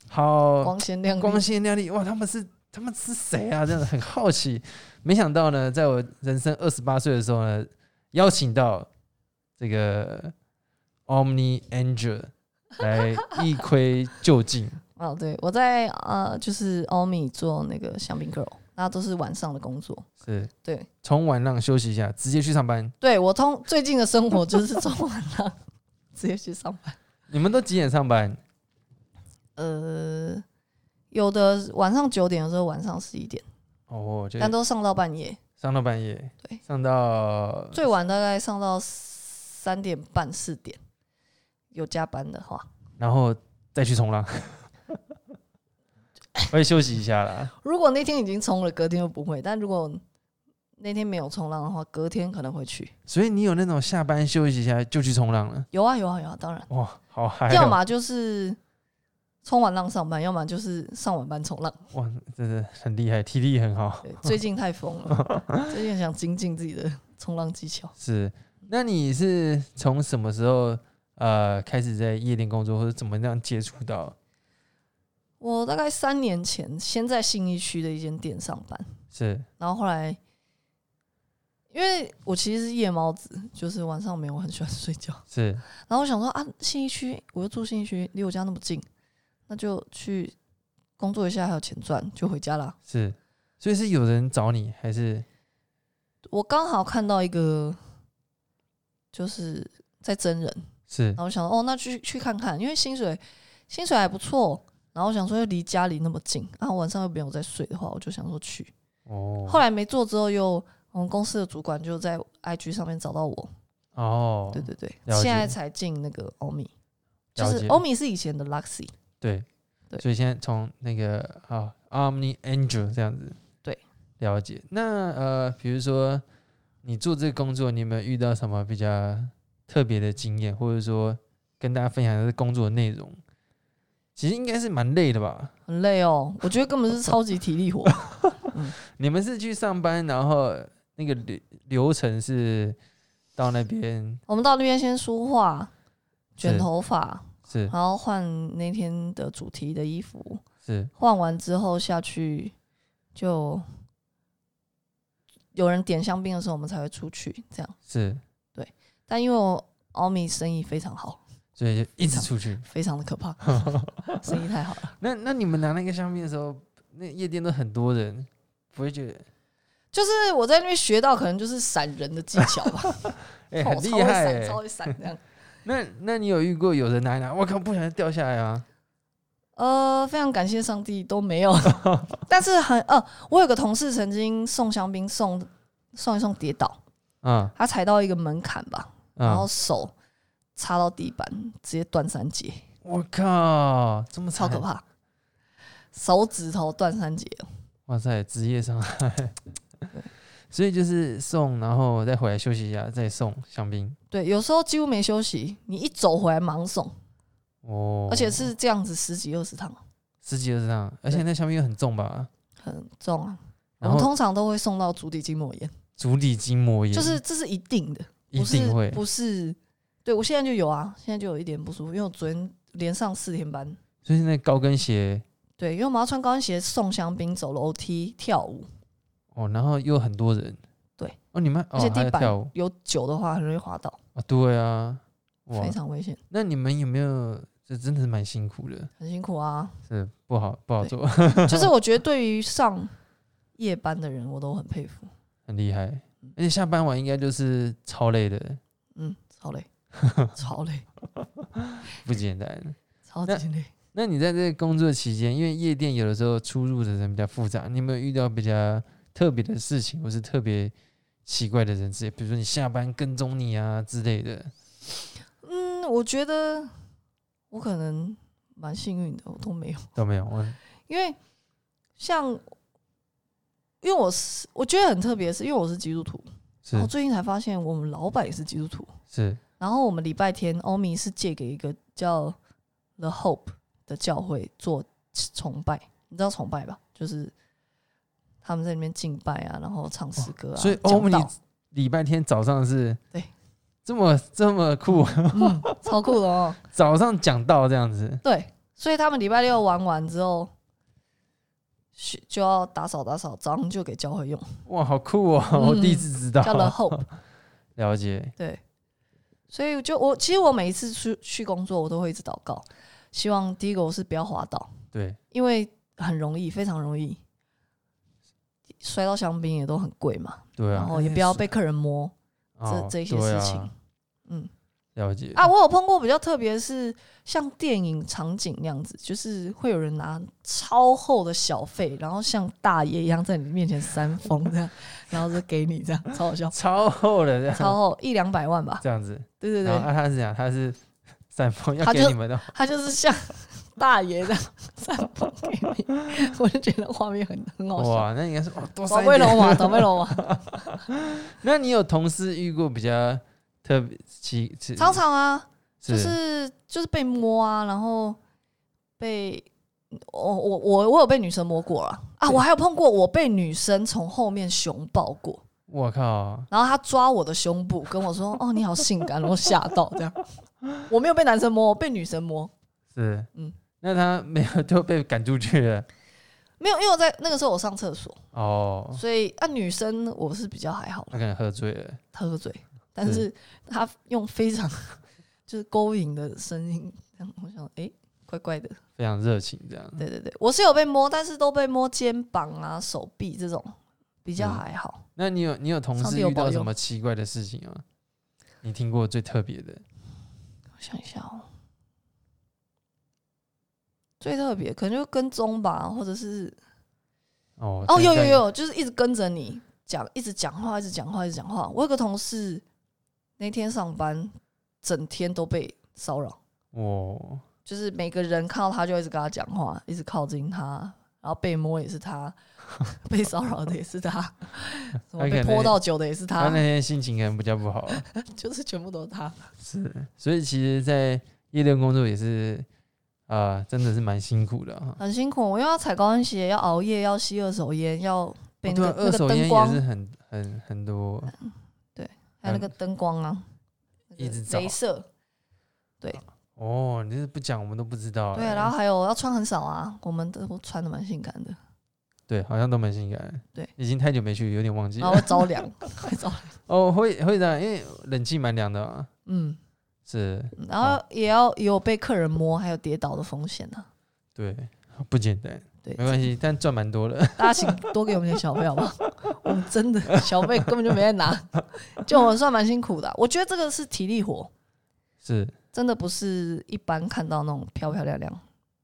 S1: 好
S2: 光鲜亮丽，
S1: 哦光鲜亮丽，哇，他们是他们是谁啊？真的很好奇。没想到呢，在我人生二十八岁的时候呢，邀请到这个 Omni Angel 来一窥究竟。
S2: *laughs* 哦，对，我在呃，就是欧米做那个香槟 girl，那都是晚上的工作。
S1: 是
S2: 对，
S1: 从晚浪休息一下，直接去上班。
S2: 对我通最近的生活就是中晚
S1: *laughs*
S2: 了，直接去上班。
S1: 你们都几点上班？
S2: 呃，有的晚上九点，有时候晚上十一点，
S1: 哦，就
S2: 但都上到半夜，
S1: 上到半夜，
S2: 对
S1: 上到
S2: 最晚大概上到三点半四点，有加班的话。
S1: 然后再去
S2: *laughs*
S1: 冲浪。我也休息一下
S2: *laughs*
S1: 啦。
S2: 如果那天已经冲了，隔天就不会；但如果那天没有冲浪的话，隔天可能会去。
S1: 所以你有那种下班休息一下就去冲浪了？
S2: 有啊，有啊，有啊，当然。
S1: 哇，好嗨、哦！
S2: 要么就是冲完浪上班，要么就是上晚班冲浪。
S1: 哇，真的很厉害，体力很好。
S2: 对，最近太疯了，最近想精进自己的冲浪技巧。
S1: 是，那你是从什么时候呃开始在夜店工作，或者怎么样接触到？
S2: 我大概三年前先在信义区的一间店上班，
S1: 是
S2: 然后后来因为我其实是夜猫子，就是晚上没有很喜欢睡觉，
S1: 是
S2: 然后我想说啊，信义区我又住信义区，离我家那么近，那就去工作一下，还有钱赚，就回家啦。
S1: 是，所以是有人找你，还是
S2: 我刚好看到一个，就是在真人。
S1: 是
S2: 然后我想说哦，那去去看看，因为薪水薪水还不错。然后我想说又离家里那么近，啊，晚上又没有在睡的话，我就想说去。
S1: 哦？
S2: 后来没做之后又，我们公司的主管就在 IG 上面找到我，
S1: 哦，
S2: 对对对，
S1: 了解
S2: 现在才进那个欧米，就
S1: 了解
S2: 是欧米是以前的 Luxy，
S1: 对
S2: 对
S1: 所以现在从那个啊 Omni Angel 这样子，
S2: 对，
S1: 了解。那呃，比如说你做这个工作，你有没有遇到什么比较特别的经验，或者说跟大家分享一下这工作的内容？其实应该是蛮累的吧？
S2: 很累哦，我觉得根本是超级体
S1: *laughs*
S2: 力活。
S1: 你们是去上班，然后那个流流程是到那边
S2: 我们到那边先梳化、卷头发，
S1: 是
S2: 然后换那天的主题的衣服，
S1: 是
S2: 换完之后下去就有人点香槟的时候，我们才会出去这样。
S1: 是，
S2: 但因为我奥米生意非常好，
S1: 所以就一直出去。
S2: 非常的
S1: *laughs*
S2: 可怕，生意太好了。
S1: 那那你们拿那个香槟的时候，那夜店都很多人，不会觉得
S2: 就是我在那边学到，可能就是闪人的技巧吧，
S1: 哎、
S2: 哦
S1: *laughs*
S2: 我
S1: 很
S2: 超
S1: 厉
S2: 会
S1: 害、
S2: 闪，超
S1: 欸。
S2: 会闪这样。
S1: 那那你有遇过有人拿一拿，我靠，不小心掉下来啊？
S2: 呃，非常感谢上帝都没
S1: *laughs*
S2: 有，但是很呃，我有个同事曾经送香槟送送一送跌倒，
S1: 啊
S2: 他踩到一个门槛吧，然后
S1: 啊！
S2: 手插到地板，直接断三节，
S1: 我靠，这么
S2: 超可
S1: 惨！
S2: 怕，手指头断三节，哦
S1: 哇塞，职业伤害。所以就是送，然后再回来休息一下，再送香槟。
S2: 对，有时候几乎没休息，你一走回来忙送，
S1: 哦，
S2: 而且是这样子十几二十趟，
S1: 十几二十趟，而且那香槟又很重吧？
S2: 很重啊。我
S1: 然
S2: 们
S1: 后
S2: 通常都会送到足底筋膜炎，
S1: 足底筋膜炎，
S2: 就是这是一定的，
S1: 一
S2: 不是
S1: 定会，
S2: 不是，对我现在就有啊，现在就有一点不舒服，因为我昨天连上四天班，
S1: 所以那高跟鞋
S2: 对，因为我们要穿高跟鞋送香槟、走楼梯、跳舞，
S1: 哦，然后又很多人，
S2: 对，
S1: 哦，你们
S2: 而
S1: 哦
S2: 且
S1: 还
S2: 地
S1: 有
S2: 板
S1: 跳舞
S2: 有酒的话很容易滑倒，
S1: 啊，对啊，哇
S2: 非，常危险，
S1: 那你们有没有这真的是蛮辛苦的，
S2: 很辛苦
S1: *laughs*
S2: 啊。
S1: 是不好不好
S2: 对
S1: 做，
S2: 就是我觉得对于上夜班的人，我都很佩服，
S1: *laughs* 很厉害，而且下班晚应该就是超累的，
S2: 嗯，超 *laughs* 累，超累，
S1: 不简单。
S2: 超
S1: 那
S2: 级累。
S1: 那你在这个工作期间，因为夜店有的时候出入的人比较复杂，你有没有遇到比较特别的事情，或是特别奇怪的人之类？比如说你下班跟踪你啊之类的，
S2: 嗯，我觉得我可能蛮幸运的，我都没有。
S1: 都没有。啊我
S2: 因为像，因为我是我觉得很特别，是因为我是基督徒，
S1: 是
S2: 然后最近才发现我们老板也是基督徒，
S1: 是
S2: 然后我们礼拜天欧米是借给一个叫 The Hope 的教会做崇拜，你知道崇拜吧？就是他们在里面敬拜啊，然后唱诗歌啊，
S1: 所以
S2: 讲
S1: 欧米
S2: 道
S1: 礼拜天早上是
S2: 对
S1: 这么这么
S2: *laughs*
S1: 酷，
S2: 嗯，超酷的哦，
S1: 早上讲到这样子，
S2: 对，所以他们礼拜六玩完之后。去就要打扫打扫，早上就给教会
S1: *laughs*
S2: 用，
S1: 哇，好酷哦！
S2: 嗯
S1: 我第一次知道，
S2: 叫 The Hope，
S1: 了解，
S2: 对，所以就我其实我每一次出去工作，我都会一直祷告，希望第一个我是不要滑倒，
S1: 对，
S2: 因为很容易，非常容易摔到香槟也都很贵嘛，
S1: 对啊，
S2: 然后也不要被客人摸，
S1: 哦
S2: 这这些
S1: 对啊
S2: 事情嗯
S1: 了解
S2: 啊，我有碰过比较特别的是像电影场景那样子，就是会有人拿超厚的小费，然后像大爷一样在你面前扇风
S1: *laughs*
S2: 这样，然后就给你这样，超好笑，
S1: 超厚的这样
S2: 超厚一两百万吧，
S1: 这样子，
S2: 对对对
S1: 然，后啊他是讲他是 *laughs* 散风要
S2: 他
S1: 给
S2: 就
S1: 你们的，
S2: 他就是像大爷这样散步给你，我就觉得画面很很好笑。
S1: 哇，那应该是哇多
S2: 哦宝
S1: 塞
S2: 贝龙
S1: *laughs*
S2: 王，宝贝龙王，
S1: 那你有同事遇过比较特别奇奇，
S2: 常常啊，就是是就是被摸啊，然后被我我我我有被女生摸过了啊，我还有碰过我被女生从后面熊抱过，
S1: 我靠，
S2: 然后她抓我的胸部跟我说：“哦，你好性感。”我吓到这样， *laughs* 我没有被男生摸，我被女生摸，
S1: 是
S2: 嗯，
S1: 那他没有都被赶出去
S2: *laughs*
S1: 了
S2: 没有，因为我在那个时候我上厕所，
S1: 哦，
S2: 所以啊女生我是比较还好啦
S1: 他可能喝醉了，
S2: 他喝醉，但是他用非常 *laughs* 就是勾引的声音，这样我想，诶，怪怪的。
S1: 非常热情这样，
S2: 对对对，我是有被摸，但是都被摸肩膀啊、手臂这种比较还好。
S1: 那你有你有同
S2: 上
S1: 事
S2: 帝有
S1: 遇到
S2: 保
S1: 什
S2: 佑
S1: 么奇怪的事情吗？你听过最特别的
S2: 我想一下哦，最特别可能就跟踪吧，或者是
S1: 哦？
S2: 哦，
S1: 现
S2: 有有
S1: 在
S2: 有，就是一直跟着你讲，一直讲话，一直讲话，一直讲话。我有个同事那天上班，整天都被骚扰。
S1: 我
S2: 就是每个人看到他就一直跟他讲话，一直靠近他，然后被摸也是 *laughs* 他，被骚扰的也是他，什
S1: 他
S2: 么
S1: 可
S2: 被
S1: 能
S2: 泼到酒的也是
S1: 他
S2: 他
S1: 那，天心情可能比较不好，
S2: *laughs* 就是全部都是他。
S1: 是，所以其实，在夜店工作也是啊、真的是蛮辛苦的啊哈。
S2: 很辛苦，我又要踩高跟鞋，要熬夜，要吸二手烟，要被
S1: 哦
S2: 那
S1: 对
S2: 个、呃
S1: 啊，
S2: 那
S1: 二
S2: 个
S1: 手烟
S2: 灯
S1: 也是
S2: 光，
S1: 很很很多，
S2: 还有那个灯光啊，那个
S1: 一直照
S2: 镭射，
S1: 哦，你这是不讲我们都不知道欸。
S2: 对，啊然后还有要穿很少啊，我们都穿的蛮性感的，
S1: 对，好像都蛮性感的。
S2: 对哦
S1: 已经太久没去，有点忘记
S2: 然
S1: 了。
S2: 后会着凉，
S1: *laughs*
S2: 会着凉，
S1: 哦，会会的，因为冷气蛮凉的、啊，
S2: 嗯，
S1: 是
S2: 然后也要也有被客人摸，还有跌倒的风险啊。
S1: 对，不简单，
S2: 对，
S1: 没关系，但赚蛮多的。 *laughs*
S2: 大家请多给我们点小费好 *laughs* 吗？我们真的小费根本就没在拿，就我们算蛮辛苦的啊、我觉得这个是体力活，
S1: 是
S2: 真的不是一般看到那种漂漂亮亮。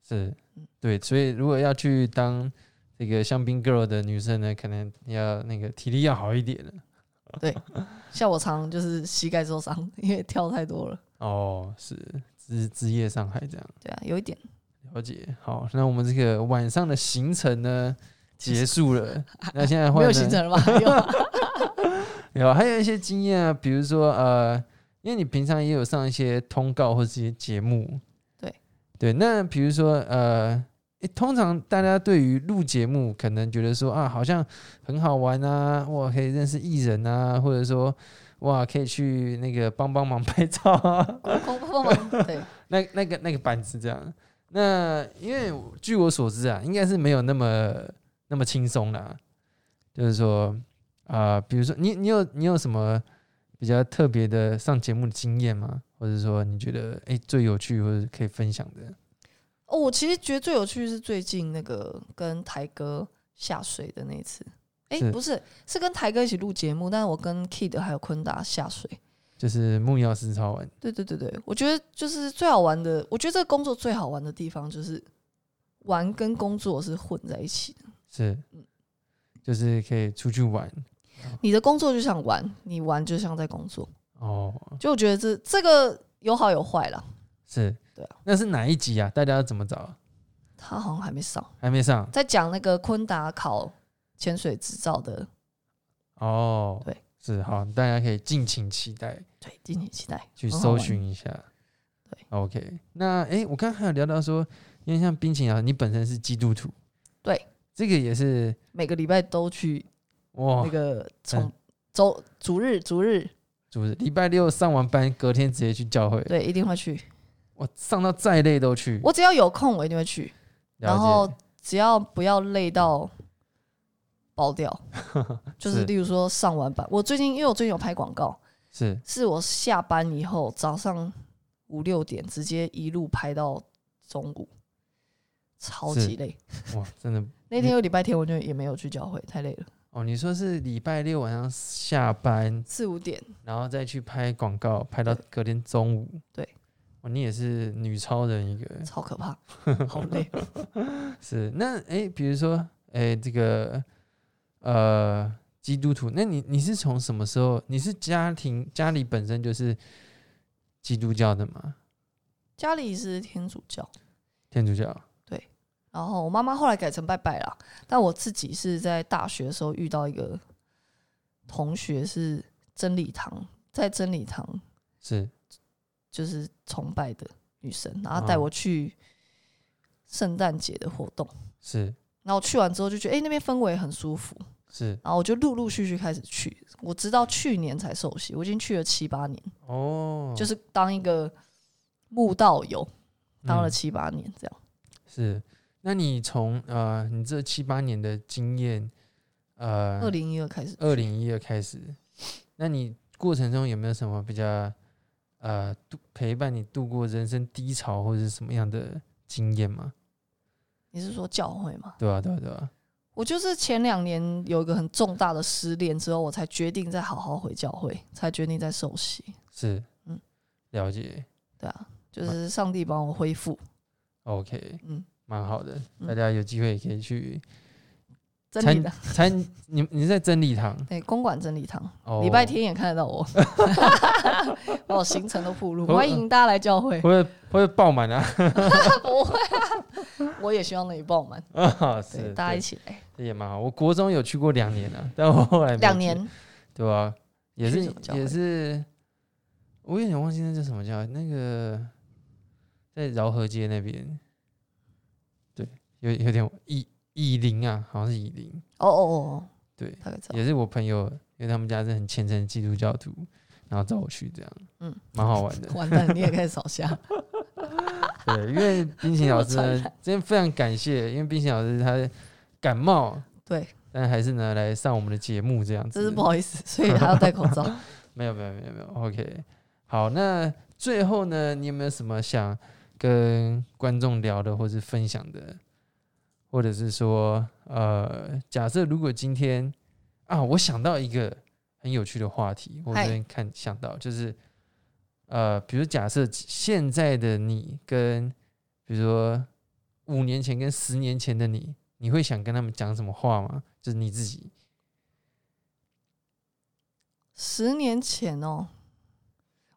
S1: 是，
S2: 嗯
S1: 对，所以如果要去当这个香槟 girl 的女生呢，可能要那个体力要好一点了。
S2: 像我常就是膝盖受伤，因为跳太多了。
S1: 哦，是职职业伤害这样，
S2: 对啊，有一点
S1: 了解。好，那我们这个晚上的行程呢结束
S2: *laughs*
S1: 了，那现在
S2: 没
S1: 换
S2: 有
S1: 了
S2: 行程了吧？ *laughs* 还有啊
S1: 有，还有一些经验啊，比如说呃，因为你平常也有上一些通告或是一些节目，
S2: 对
S1: 对，那比如说呃、诶通常大家对于录节目可能觉得说啊，好像很好玩啊，哇，可以认识艺人啊，或者说哇，可以去那个帮帮忙 *laughs* 拍照啊，
S2: 空空空空对，
S1: 那那个那个板子这样。那因为我据我所知啊，应该是没有那么那么轻松啦。就是说，啊、比如说你你有你有什么比较特别的上节目的经验吗？或者说你觉得哎、诶最有趣或者可以分享的？
S2: 哦，我其实觉得最有趣是最近那个跟台哥下水的那一次。哎、
S1: 是
S2: 不是，是跟台哥一起录节目，但是我跟 Kid 还有昆达下水。
S1: 就是木曜四超玩，
S2: 对对对对，我觉得就是最好玩的，我觉得这个工作最好玩的地方就是玩跟工作是混在一起的。
S1: 是，
S2: 嗯
S1: 就是可以出去玩
S2: 你的工作就像玩，你玩就像在工作。
S1: 哦，
S2: 就我觉得这这个有好有坏啦。
S1: 是，
S2: 对啊，
S1: 那是哪一集啊？大家要怎么找？
S2: 他好像还没上，
S1: 还没上
S2: 在讲那个昆达考潜水执照的，
S1: 哦，
S2: 对，
S1: 是好，大家可以敬请期待。
S2: 对，敬请期待。
S1: 去
S2: 很好
S1: 搜
S2: 玩
S1: 寻一下。
S2: 对
S1: ，OK。那诶，我刚刚还有聊到说，因为像冰淇淋啊，你本身是基督徒，
S2: 对，
S1: 这个也是
S2: 每个礼拜都去
S1: 哇
S2: 那，个
S1: 嗯
S2: 从周逐日逐日，
S1: 主日礼拜六上完班，隔天直接去教会，
S2: 对，一定会去。
S1: 我上到再累都去。
S2: 我只要有空，我一定会去。
S1: 了
S2: 然
S1: 解
S2: 后只要不要累到
S1: *laughs*
S2: 爆掉，就是
S1: 是
S2: 例如说上完班，我最近因为我最近有拍广告，
S1: 是
S2: 是我下班以后早上五六点直接一路拍到中午，超
S1: 是
S2: 级累。
S1: 哇，真的
S2: 那天有礼拜天，我就也没有去教会，太累了。
S1: 哦。你说是礼拜六晚上下班，
S2: 四五点，
S1: 然后再去拍广告，拍到隔天中午。
S2: 对，
S1: 哦，你也是女超人一个。欸
S2: 超可怕， *laughs* 好累。
S1: 是那诶，比如说诶，这个呃基督徒，那你你是从什么时候？你是家庭家里本身就是基督教的吗？
S2: 家里是天主教，
S1: 天主教？
S2: 然后我妈妈后来改成拜拜啦，但我自己是在大学的时候遇到一个同学是真理堂，在真理堂
S1: 是
S2: 就是崇拜的女生，然后带我去圣诞节的活动，
S1: 是
S2: 然后去完之后就觉得哎、诶那边氛围很舒服，
S1: 是
S2: 然后我就陆陆续续开始去，我直到去年才受洗，我已经去了七八年，
S1: 哦，
S2: 就是当一个慕道友当了
S1: 嗯
S2: 七八年这样。
S1: 是。那你从呃你这七八年的经验，呃
S2: 二零一二开始，
S1: 二零一二开始，那你过程中有没有什么比较呃度陪伴你度过人生低潮或者是什么样的经验吗？
S2: 你是说教会吗？
S1: 对啊，对啊，对啊。
S2: 我就是前两年有一个很重大的失恋之后，我才决定再好好回教会，才决定再受洗。
S1: 是，嗯
S2: 嗯，
S1: 了解
S2: 对啊，就是上帝帮我恢复，
S1: ，OK，
S2: 嗯，
S1: 蛮好的，
S2: 嗯
S1: 大家有机会也可以去
S2: 真理
S1: 参
S2: 的
S1: 参，你你在真理堂
S2: 对公馆真理堂，
S1: 哦，
S2: *laughs* 礼拜天也看得到我， *laughs* 把我行程都铺路，
S1: 哦
S2: 欢迎大家来教会
S1: 会。不会会不会爆满啊？ *laughs*
S2: 不会啊， *laughs* 我也希望那里爆满，
S1: 啊，
S2: 对，
S1: 是，
S2: 大家一
S1: 对
S2: 起来。
S1: 这也蛮好。我国中有去过两年啊，但我后来没
S2: 两
S1: 去，
S2: 年
S1: 对吧、也
S2: 去
S1: 是
S2: 什么教
S1: 也
S2: 会
S1: 是，我有点忘记那叫什么教会，那个在饶河街那边，对，有有点以以林啊，好像是以林，
S2: 哦哦哦，
S1: 对，
S2: 大概知道。
S1: 也是我朋友，因为他们家是很虔诚的基督教徒，然后找我去这样，
S2: 嗯
S1: 嗯，蛮好玩的。
S2: 完蛋，你也开始扫虾，
S1: 对，因为冰淇淋老师
S2: 我
S1: 呢
S2: 传染，
S1: 今天非常感谢，因为冰淇淋老师他感冒，
S2: 对，
S1: 但还是呢来上我们的节目这样子。
S2: 真是不好意思，所以还要戴口罩。
S1: 没有没有没有没有，OK。好，那最后呢，你有没有什么想跟观众聊的，或是分享的，或者是说，呃，假设如果今天啊，我想到一个很有趣的话题，我
S2: 嗨
S1: 昨天看想到就是，呃，比如假设现在的你跟，比如说五年前跟十年前的你，你会想跟他们讲什么话吗？就是你自己，
S2: 十年前哦，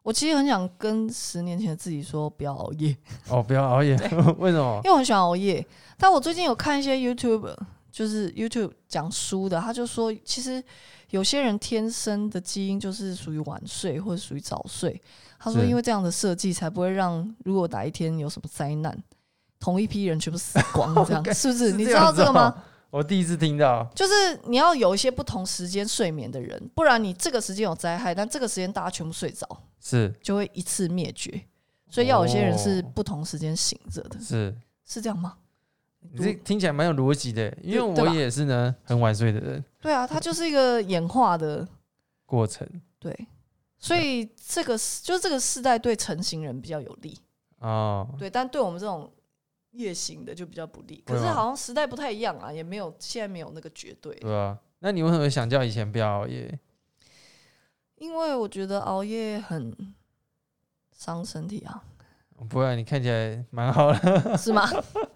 S2: 我其实很想跟十年前的自己说不要熬夜， *laughs*
S1: 哦，不要熬夜， *laughs* 为什么
S2: 因？为我很喜欢熬夜。但我最近有看一些 YouTube，就是 YouTube 讲书的，他就说，其实有些人天生的基因就是属于晚睡或者属于早睡。他说，
S1: 是
S2: 因为这样的设计才不会让如果哪一天有什么灾难，同一批人全部死光，这
S1: *laughs*
S2: 样
S1: OK，
S2: 是不是？
S1: 是
S2: 你
S1: 这
S2: 知
S1: 样
S2: 道
S1: 子
S2: 这个吗
S1: 哦？我第一次听到，
S2: 就是你要有一些不同时间睡眠的人，不然你这个时间有灾害，但这个时间大家全部睡着，
S1: 是
S2: 就会一次灭绝。所以要有些人是
S1: 哦
S2: 不同时间醒着的，
S1: 是，
S2: 是这样吗？
S1: 你这听起来蛮有逻辑的，因为
S2: 对
S1: 我
S2: 吧
S1: 也是呢很晚睡的人，
S2: 对啊，它就是一个演化的
S1: 过程
S2: 对，所以这个是就是这个世代对成型人比较有利，
S1: 哦，
S2: 对，但对我们这种夜行的就比较不利。可
S1: 会
S2: 是
S1: 吗
S2: 好像时代不太一样啊，也没有现在没有那个绝对，
S1: 对啊吧？那你为什么想叫以前不要熬夜？
S2: 因为我觉得熬夜很伤身体啊，
S1: 不然你看起来蛮好的， *laughs*
S2: 是吗？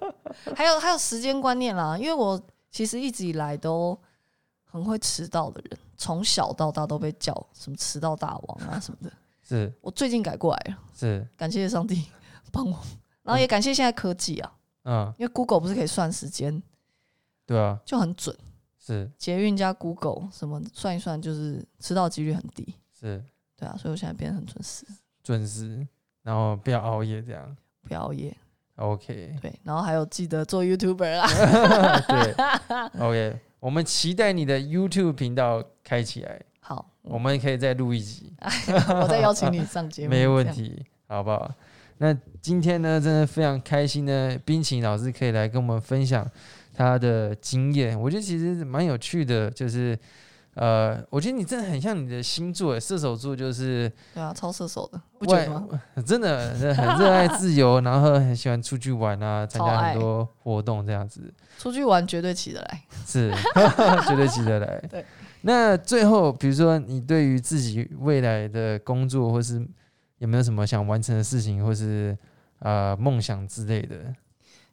S2: *laughs* 还有还有时间观念啦，因为我其实一直以来都很会迟到的人，从小到大都被叫什么迟到大王啊什么的，
S1: 是
S2: 我最近改过来了。
S1: 是，
S2: 感谢上帝帮我，然后也感谢现在科技啊，
S1: 嗯，
S2: 因为 Google 不是可以算时间，
S1: 对啊，
S2: 就很准。
S1: 是
S2: 捷运加 Google 什么算一算，就是迟到几率很低。
S1: 是
S2: 对啊，所以我现在变得很准时，
S1: 准时，然后不要熬夜这样
S2: 不要熬夜。 *laughs*
S1: ，OK，
S2: 对，然后还有记得做 YouTuber 啊，
S1: 对，OK，我们期待你的 YouTube 频道开起来，
S2: 好，
S1: 我
S2: 我
S1: 们可以再录一集。
S2: 我再邀请你上节目，
S1: 没问
S2: 这样。
S1: 题，好不好？那今天呢，真的非常开心呢，冰淇淋老师可以来跟我们分享他的经验，我觉得其实蛮有趣的，就是呃，我觉得你真的很像你的星座耶，欸射手座就是
S2: 对啊，超射手的，不觉
S1: 外
S2: 得吗？
S1: 真的真的很热爱自由，然后很喜欢出去玩啊，参
S2: 超
S1: 加
S2: 爱
S1: 很多活动这样子。
S2: 出去玩绝对起得来。 *laughs*
S1: 是，绝对值得来。
S2: 对，
S1: 那最后，比如说你对于自己未来的工作，或是有没有什么想完成的事情，或是呃梦想之类的？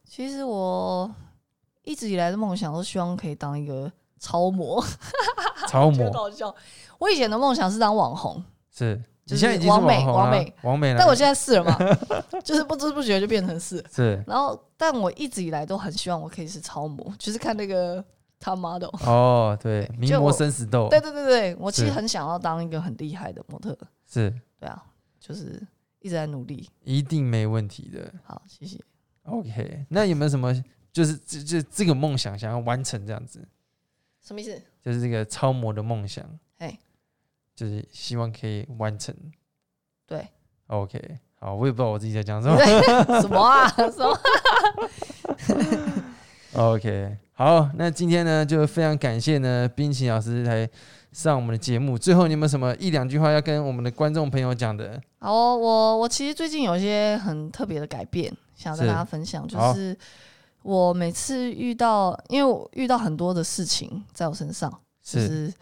S2: 其实我一直以来的梦想都希望可以当一个超模，
S1: 超
S2: 觉得
S1: 模
S2: 搞笑。我以前的梦想是当网红，
S1: 是，
S2: 就
S1: 你现在已
S2: 是
S1: 经是
S2: 王美
S1: 网红
S2: 王
S1: 了
S2: 美，
S1: 王美了。
S2: 但我现在是了嘛， *laughs* 就是不知不觉就变成是。
S1: 是
S2: 然后，但我一直以来都很希望我可以是超模，就是看那个他 model。
S1: 哦，对，
S2: 对
S1: 名
S2: 就
S1: 模
S2: 我
S1: 生死斗，
S2: 对对对对，我其实
S1: 是
S2: 很想要当一个很厉害的模特，
S1: 是
S2: 对啊，就是一直在努力。
S1: 一定没问题的。
S2: 好，谢谢。
S1: OK，那有没有什么就是这这这个梦想想要完成这样子？
S2: 什么意思？
S1: 就是这个超模的梦想，
S2: 哎，
S1: 就是希望可以完成。
S2: 对，
S1: OK，好，我也不知道我自己在讲什么。
S2: 什么啊？ *laughs* 什么？
S1: *laughs* OK，好，那今天呢，就非常感谢呢，冰淇淋老师来上我们的节目。最后，你有没有什么一两句话要跟我们的观众朋友讲的？
S2: 好哦、我我其实最近有一些很特别的改变，想要跟
S1: 是
S2: 大家分享，就
S1: 好
S2: 是我每次遇到，因为我遇到很多的事情在我身上，
S1: 是
S2: 就是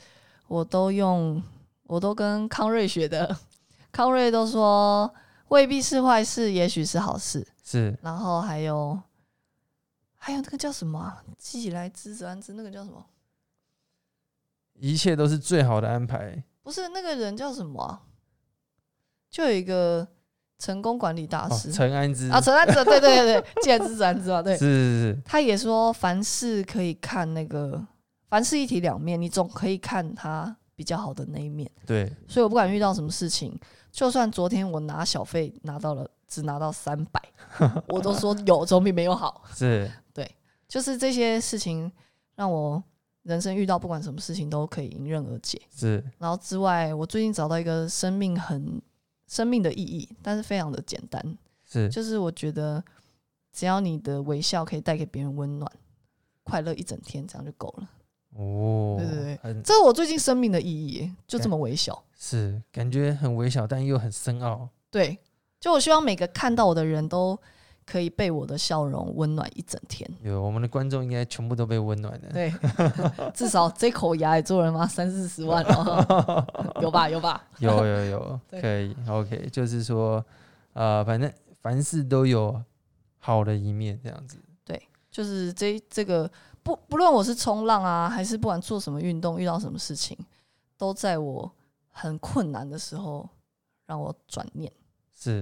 S2: 我都用，我都跟康瑞学的。康瑞都说未必是坏事，也许是好事。
S1: 是
S2: 然后还有还有那个叫什么、啊“既来之则安之”，那个叫什么？
S1: 一切都是最好的安排。
S2: 不是那个人叫什么啊、就有一个成功管理大
S1: 哦
S2: 师、，
S1: 陈安之
S2: 啊，陈安哲，对对对 *laughs* 对，既来之则安之嘛，对
S1: 是。是是，
S2: 他也说凡事可以看那个，凡事一体两面，你总可以看他比较好的那一面。
S1: 对，
S2: 所以我不管遇到什么事情，就算昨天我拿小费拿到了只拿到三百，我都说有总比没有好。
S1: 是
S2: 就是这些事情让我人生遇到不管什么事情都可以迎刃而解。
S1: 是
S2: 然后之外，我最近找到一个生命很生命的意义，但是非常的简单，
S1: 是
S2: 就是我觉得只要你的微笑可以带给别人温暖、快乐一整天，这样就够了。
S1: 哦，
S2: 对对对
S1: 很
S2: 这是我最近生命的意义耶，就这么微小。
S1: 是感觉很微小，但又很深奥。
S2: 对，就我希望每个看到我的人都可以被我的笑容温暖一整天。
S1: 有我们的观众应该全部都被温暖了。
S2: 对， *laughs* 至少这口牙也做了吗？三四十万了， *laughs* 有吧？有吧？
S1: 有有有，
S2: *laughs* 对
S1: 可以 OK，就是说，呃，反正凡事都有好的一面，这样子。
S2: 就是这这个不不论我是冲浪啊，还是不管做什么运动，遇到什么事情，都在我很困难的时候让我转念。
S1: 是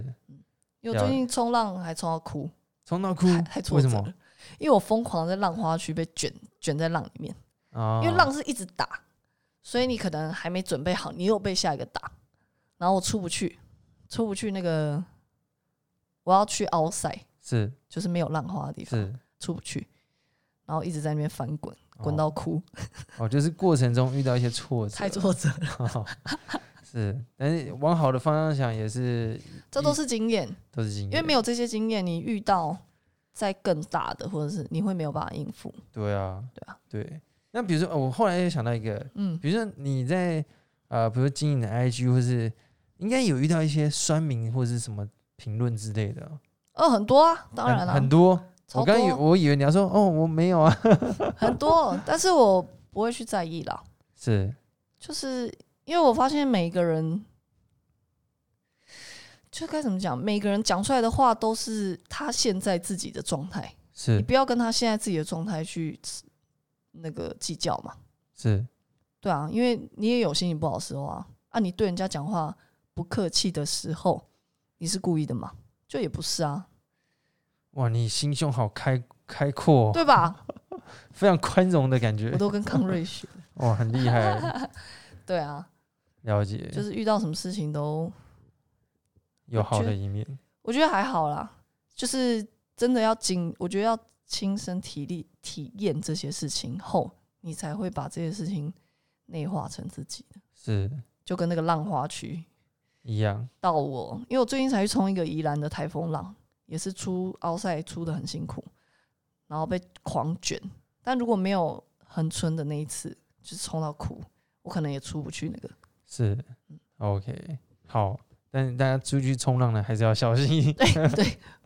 S2: 因为我最近冲浪还冲到哭，
S1: 冲到哭
S2: 还还，挫
S1: 为什
S2: 折
S1: 么
S2: 了，因为我疯狂地在浪花区被卷卷在浪里面，
S1: 啊？
S2: 因为浪是一直打，所以你可能还没准备好，你又被下一个打，然后我出不去，出不去那个我要去 outside，
S1: 是
S2: 就是没有浪花的地方，
S1: 是
S2: 出不去，然后一直在那边翻滚，
S1: 哦
S2: 滚
S1: 啊
S2: 到哭，
S1: 哦，就是过程中遇到一些挫折，
S2: 太挫折了，
S1: *laughs* 是，但是往好的方向想也是
S2: 这都是经验，
S1: 都是经验，
S2: 因为没有这些经验，你遇到再更大的，或者是你会没有办法应付，
S1: 对啊，
S2: 对啊，
S1: 对。那比如说，哦我后来又想到一个，
S2: 嗯，
S1: 比如说你在呃，比如说经营的 IG 或是应该有遇到一些酸民或是什么评论之类的哦，
S2: 呃，很多啊，当然
S1: 很
S2: 了，
S1: 很多。
S2: 超
S1: 我刚以
S2: 多啊
S1: 我以为你要说哦，我没有啊， *laughs*
S2: 很多，但是我不会去在意啦。
S1: 是
S2: 就是因为我发现每个人，就该怎么讲，每个人讲出来的话都是他现在自己的状态，你
S1: 是
S2: 不要跟他现在自己的状态去那个计较嘛。
S1: 是
S2: 对啊，因为你也有心情不好的时候啊，啊，你对人家讲话不客气的时候，你是故意的吗？就也不是啊，
S1: 哇，你心胸好开开阔哦、
S2: 对吧？
S1: 非常宽容的感
S2: 我
S1: 觉，
S2: 都跟康瑞学，
S1: 哇，很厉
S2: *laughs*
S1: 害，
S2: 对啊，
S1: 了解，
S2: 就是遇到什么事情都
S1: 有好
S2: 觉
S1: 的
S2: 得
S1: 一面，
S2: 我觉得还好啦，就是真的要经，我觉得要亲身体力体验这些事情后，你才会把这些事情内化成自己的。
S1: 是
S2: 就跟那个浪花区
S1: 一样，
S2: 到我，因为我最近才去冲一个宜兰的台风浪，也是出奥赛出的很辛苦，然后被狂卷。但如果没有横村的那一次，就是冲到哭，我可能也出不去那个。 *laughs*
S1: 是
S2: 嗯
S1: OK，好，但是大家出去冲浪呢，还是要小心一点。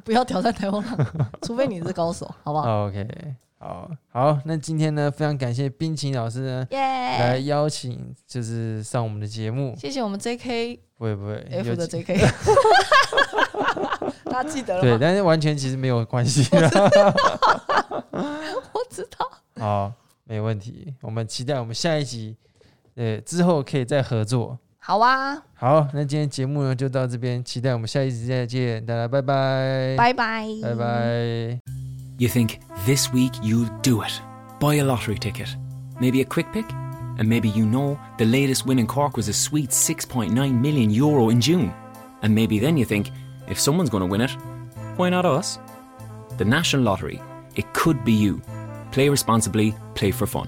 S2: 不要挑战台风浪，除非你是高手，好不
S1: *laughs*
S2: 好？
S1: OK，好好，那今天呢，非常感谢冰淇淋老师呢
S2: 耶、
S1: 来邀请，就是上我们的节目，
S2: 哎谢哎谢我们 JK
S1: 不会不会
S2: F
S1: 有
S2: 的
S1: 几 *laughs*
S2: JK，大家记得了
S1: 对，
S2: 吗？
S1: 但是完全其实没有关
S2: *laughs*
S1: 系 *laughs*
S2: 我知道，
S1: 好，没问题，我们期待我们下一集，呃，之后可以再合作。
S2: 好啊，
S1: 好，那今天节目呢就到这边，期待我们下一集再见，大家拜拜，
S2: 拜拜，
S1: 拜拜。
S3: You think this week you'll do it. Buy a lottery ticket. Maybe a quick pick? And maybe you know the latest win in Cork was a sweet 6.9 million euro in June. And maybe then you think, if someone's going to win it, why not us? The National Lottery. It could be you. Play responsibly, play for fun.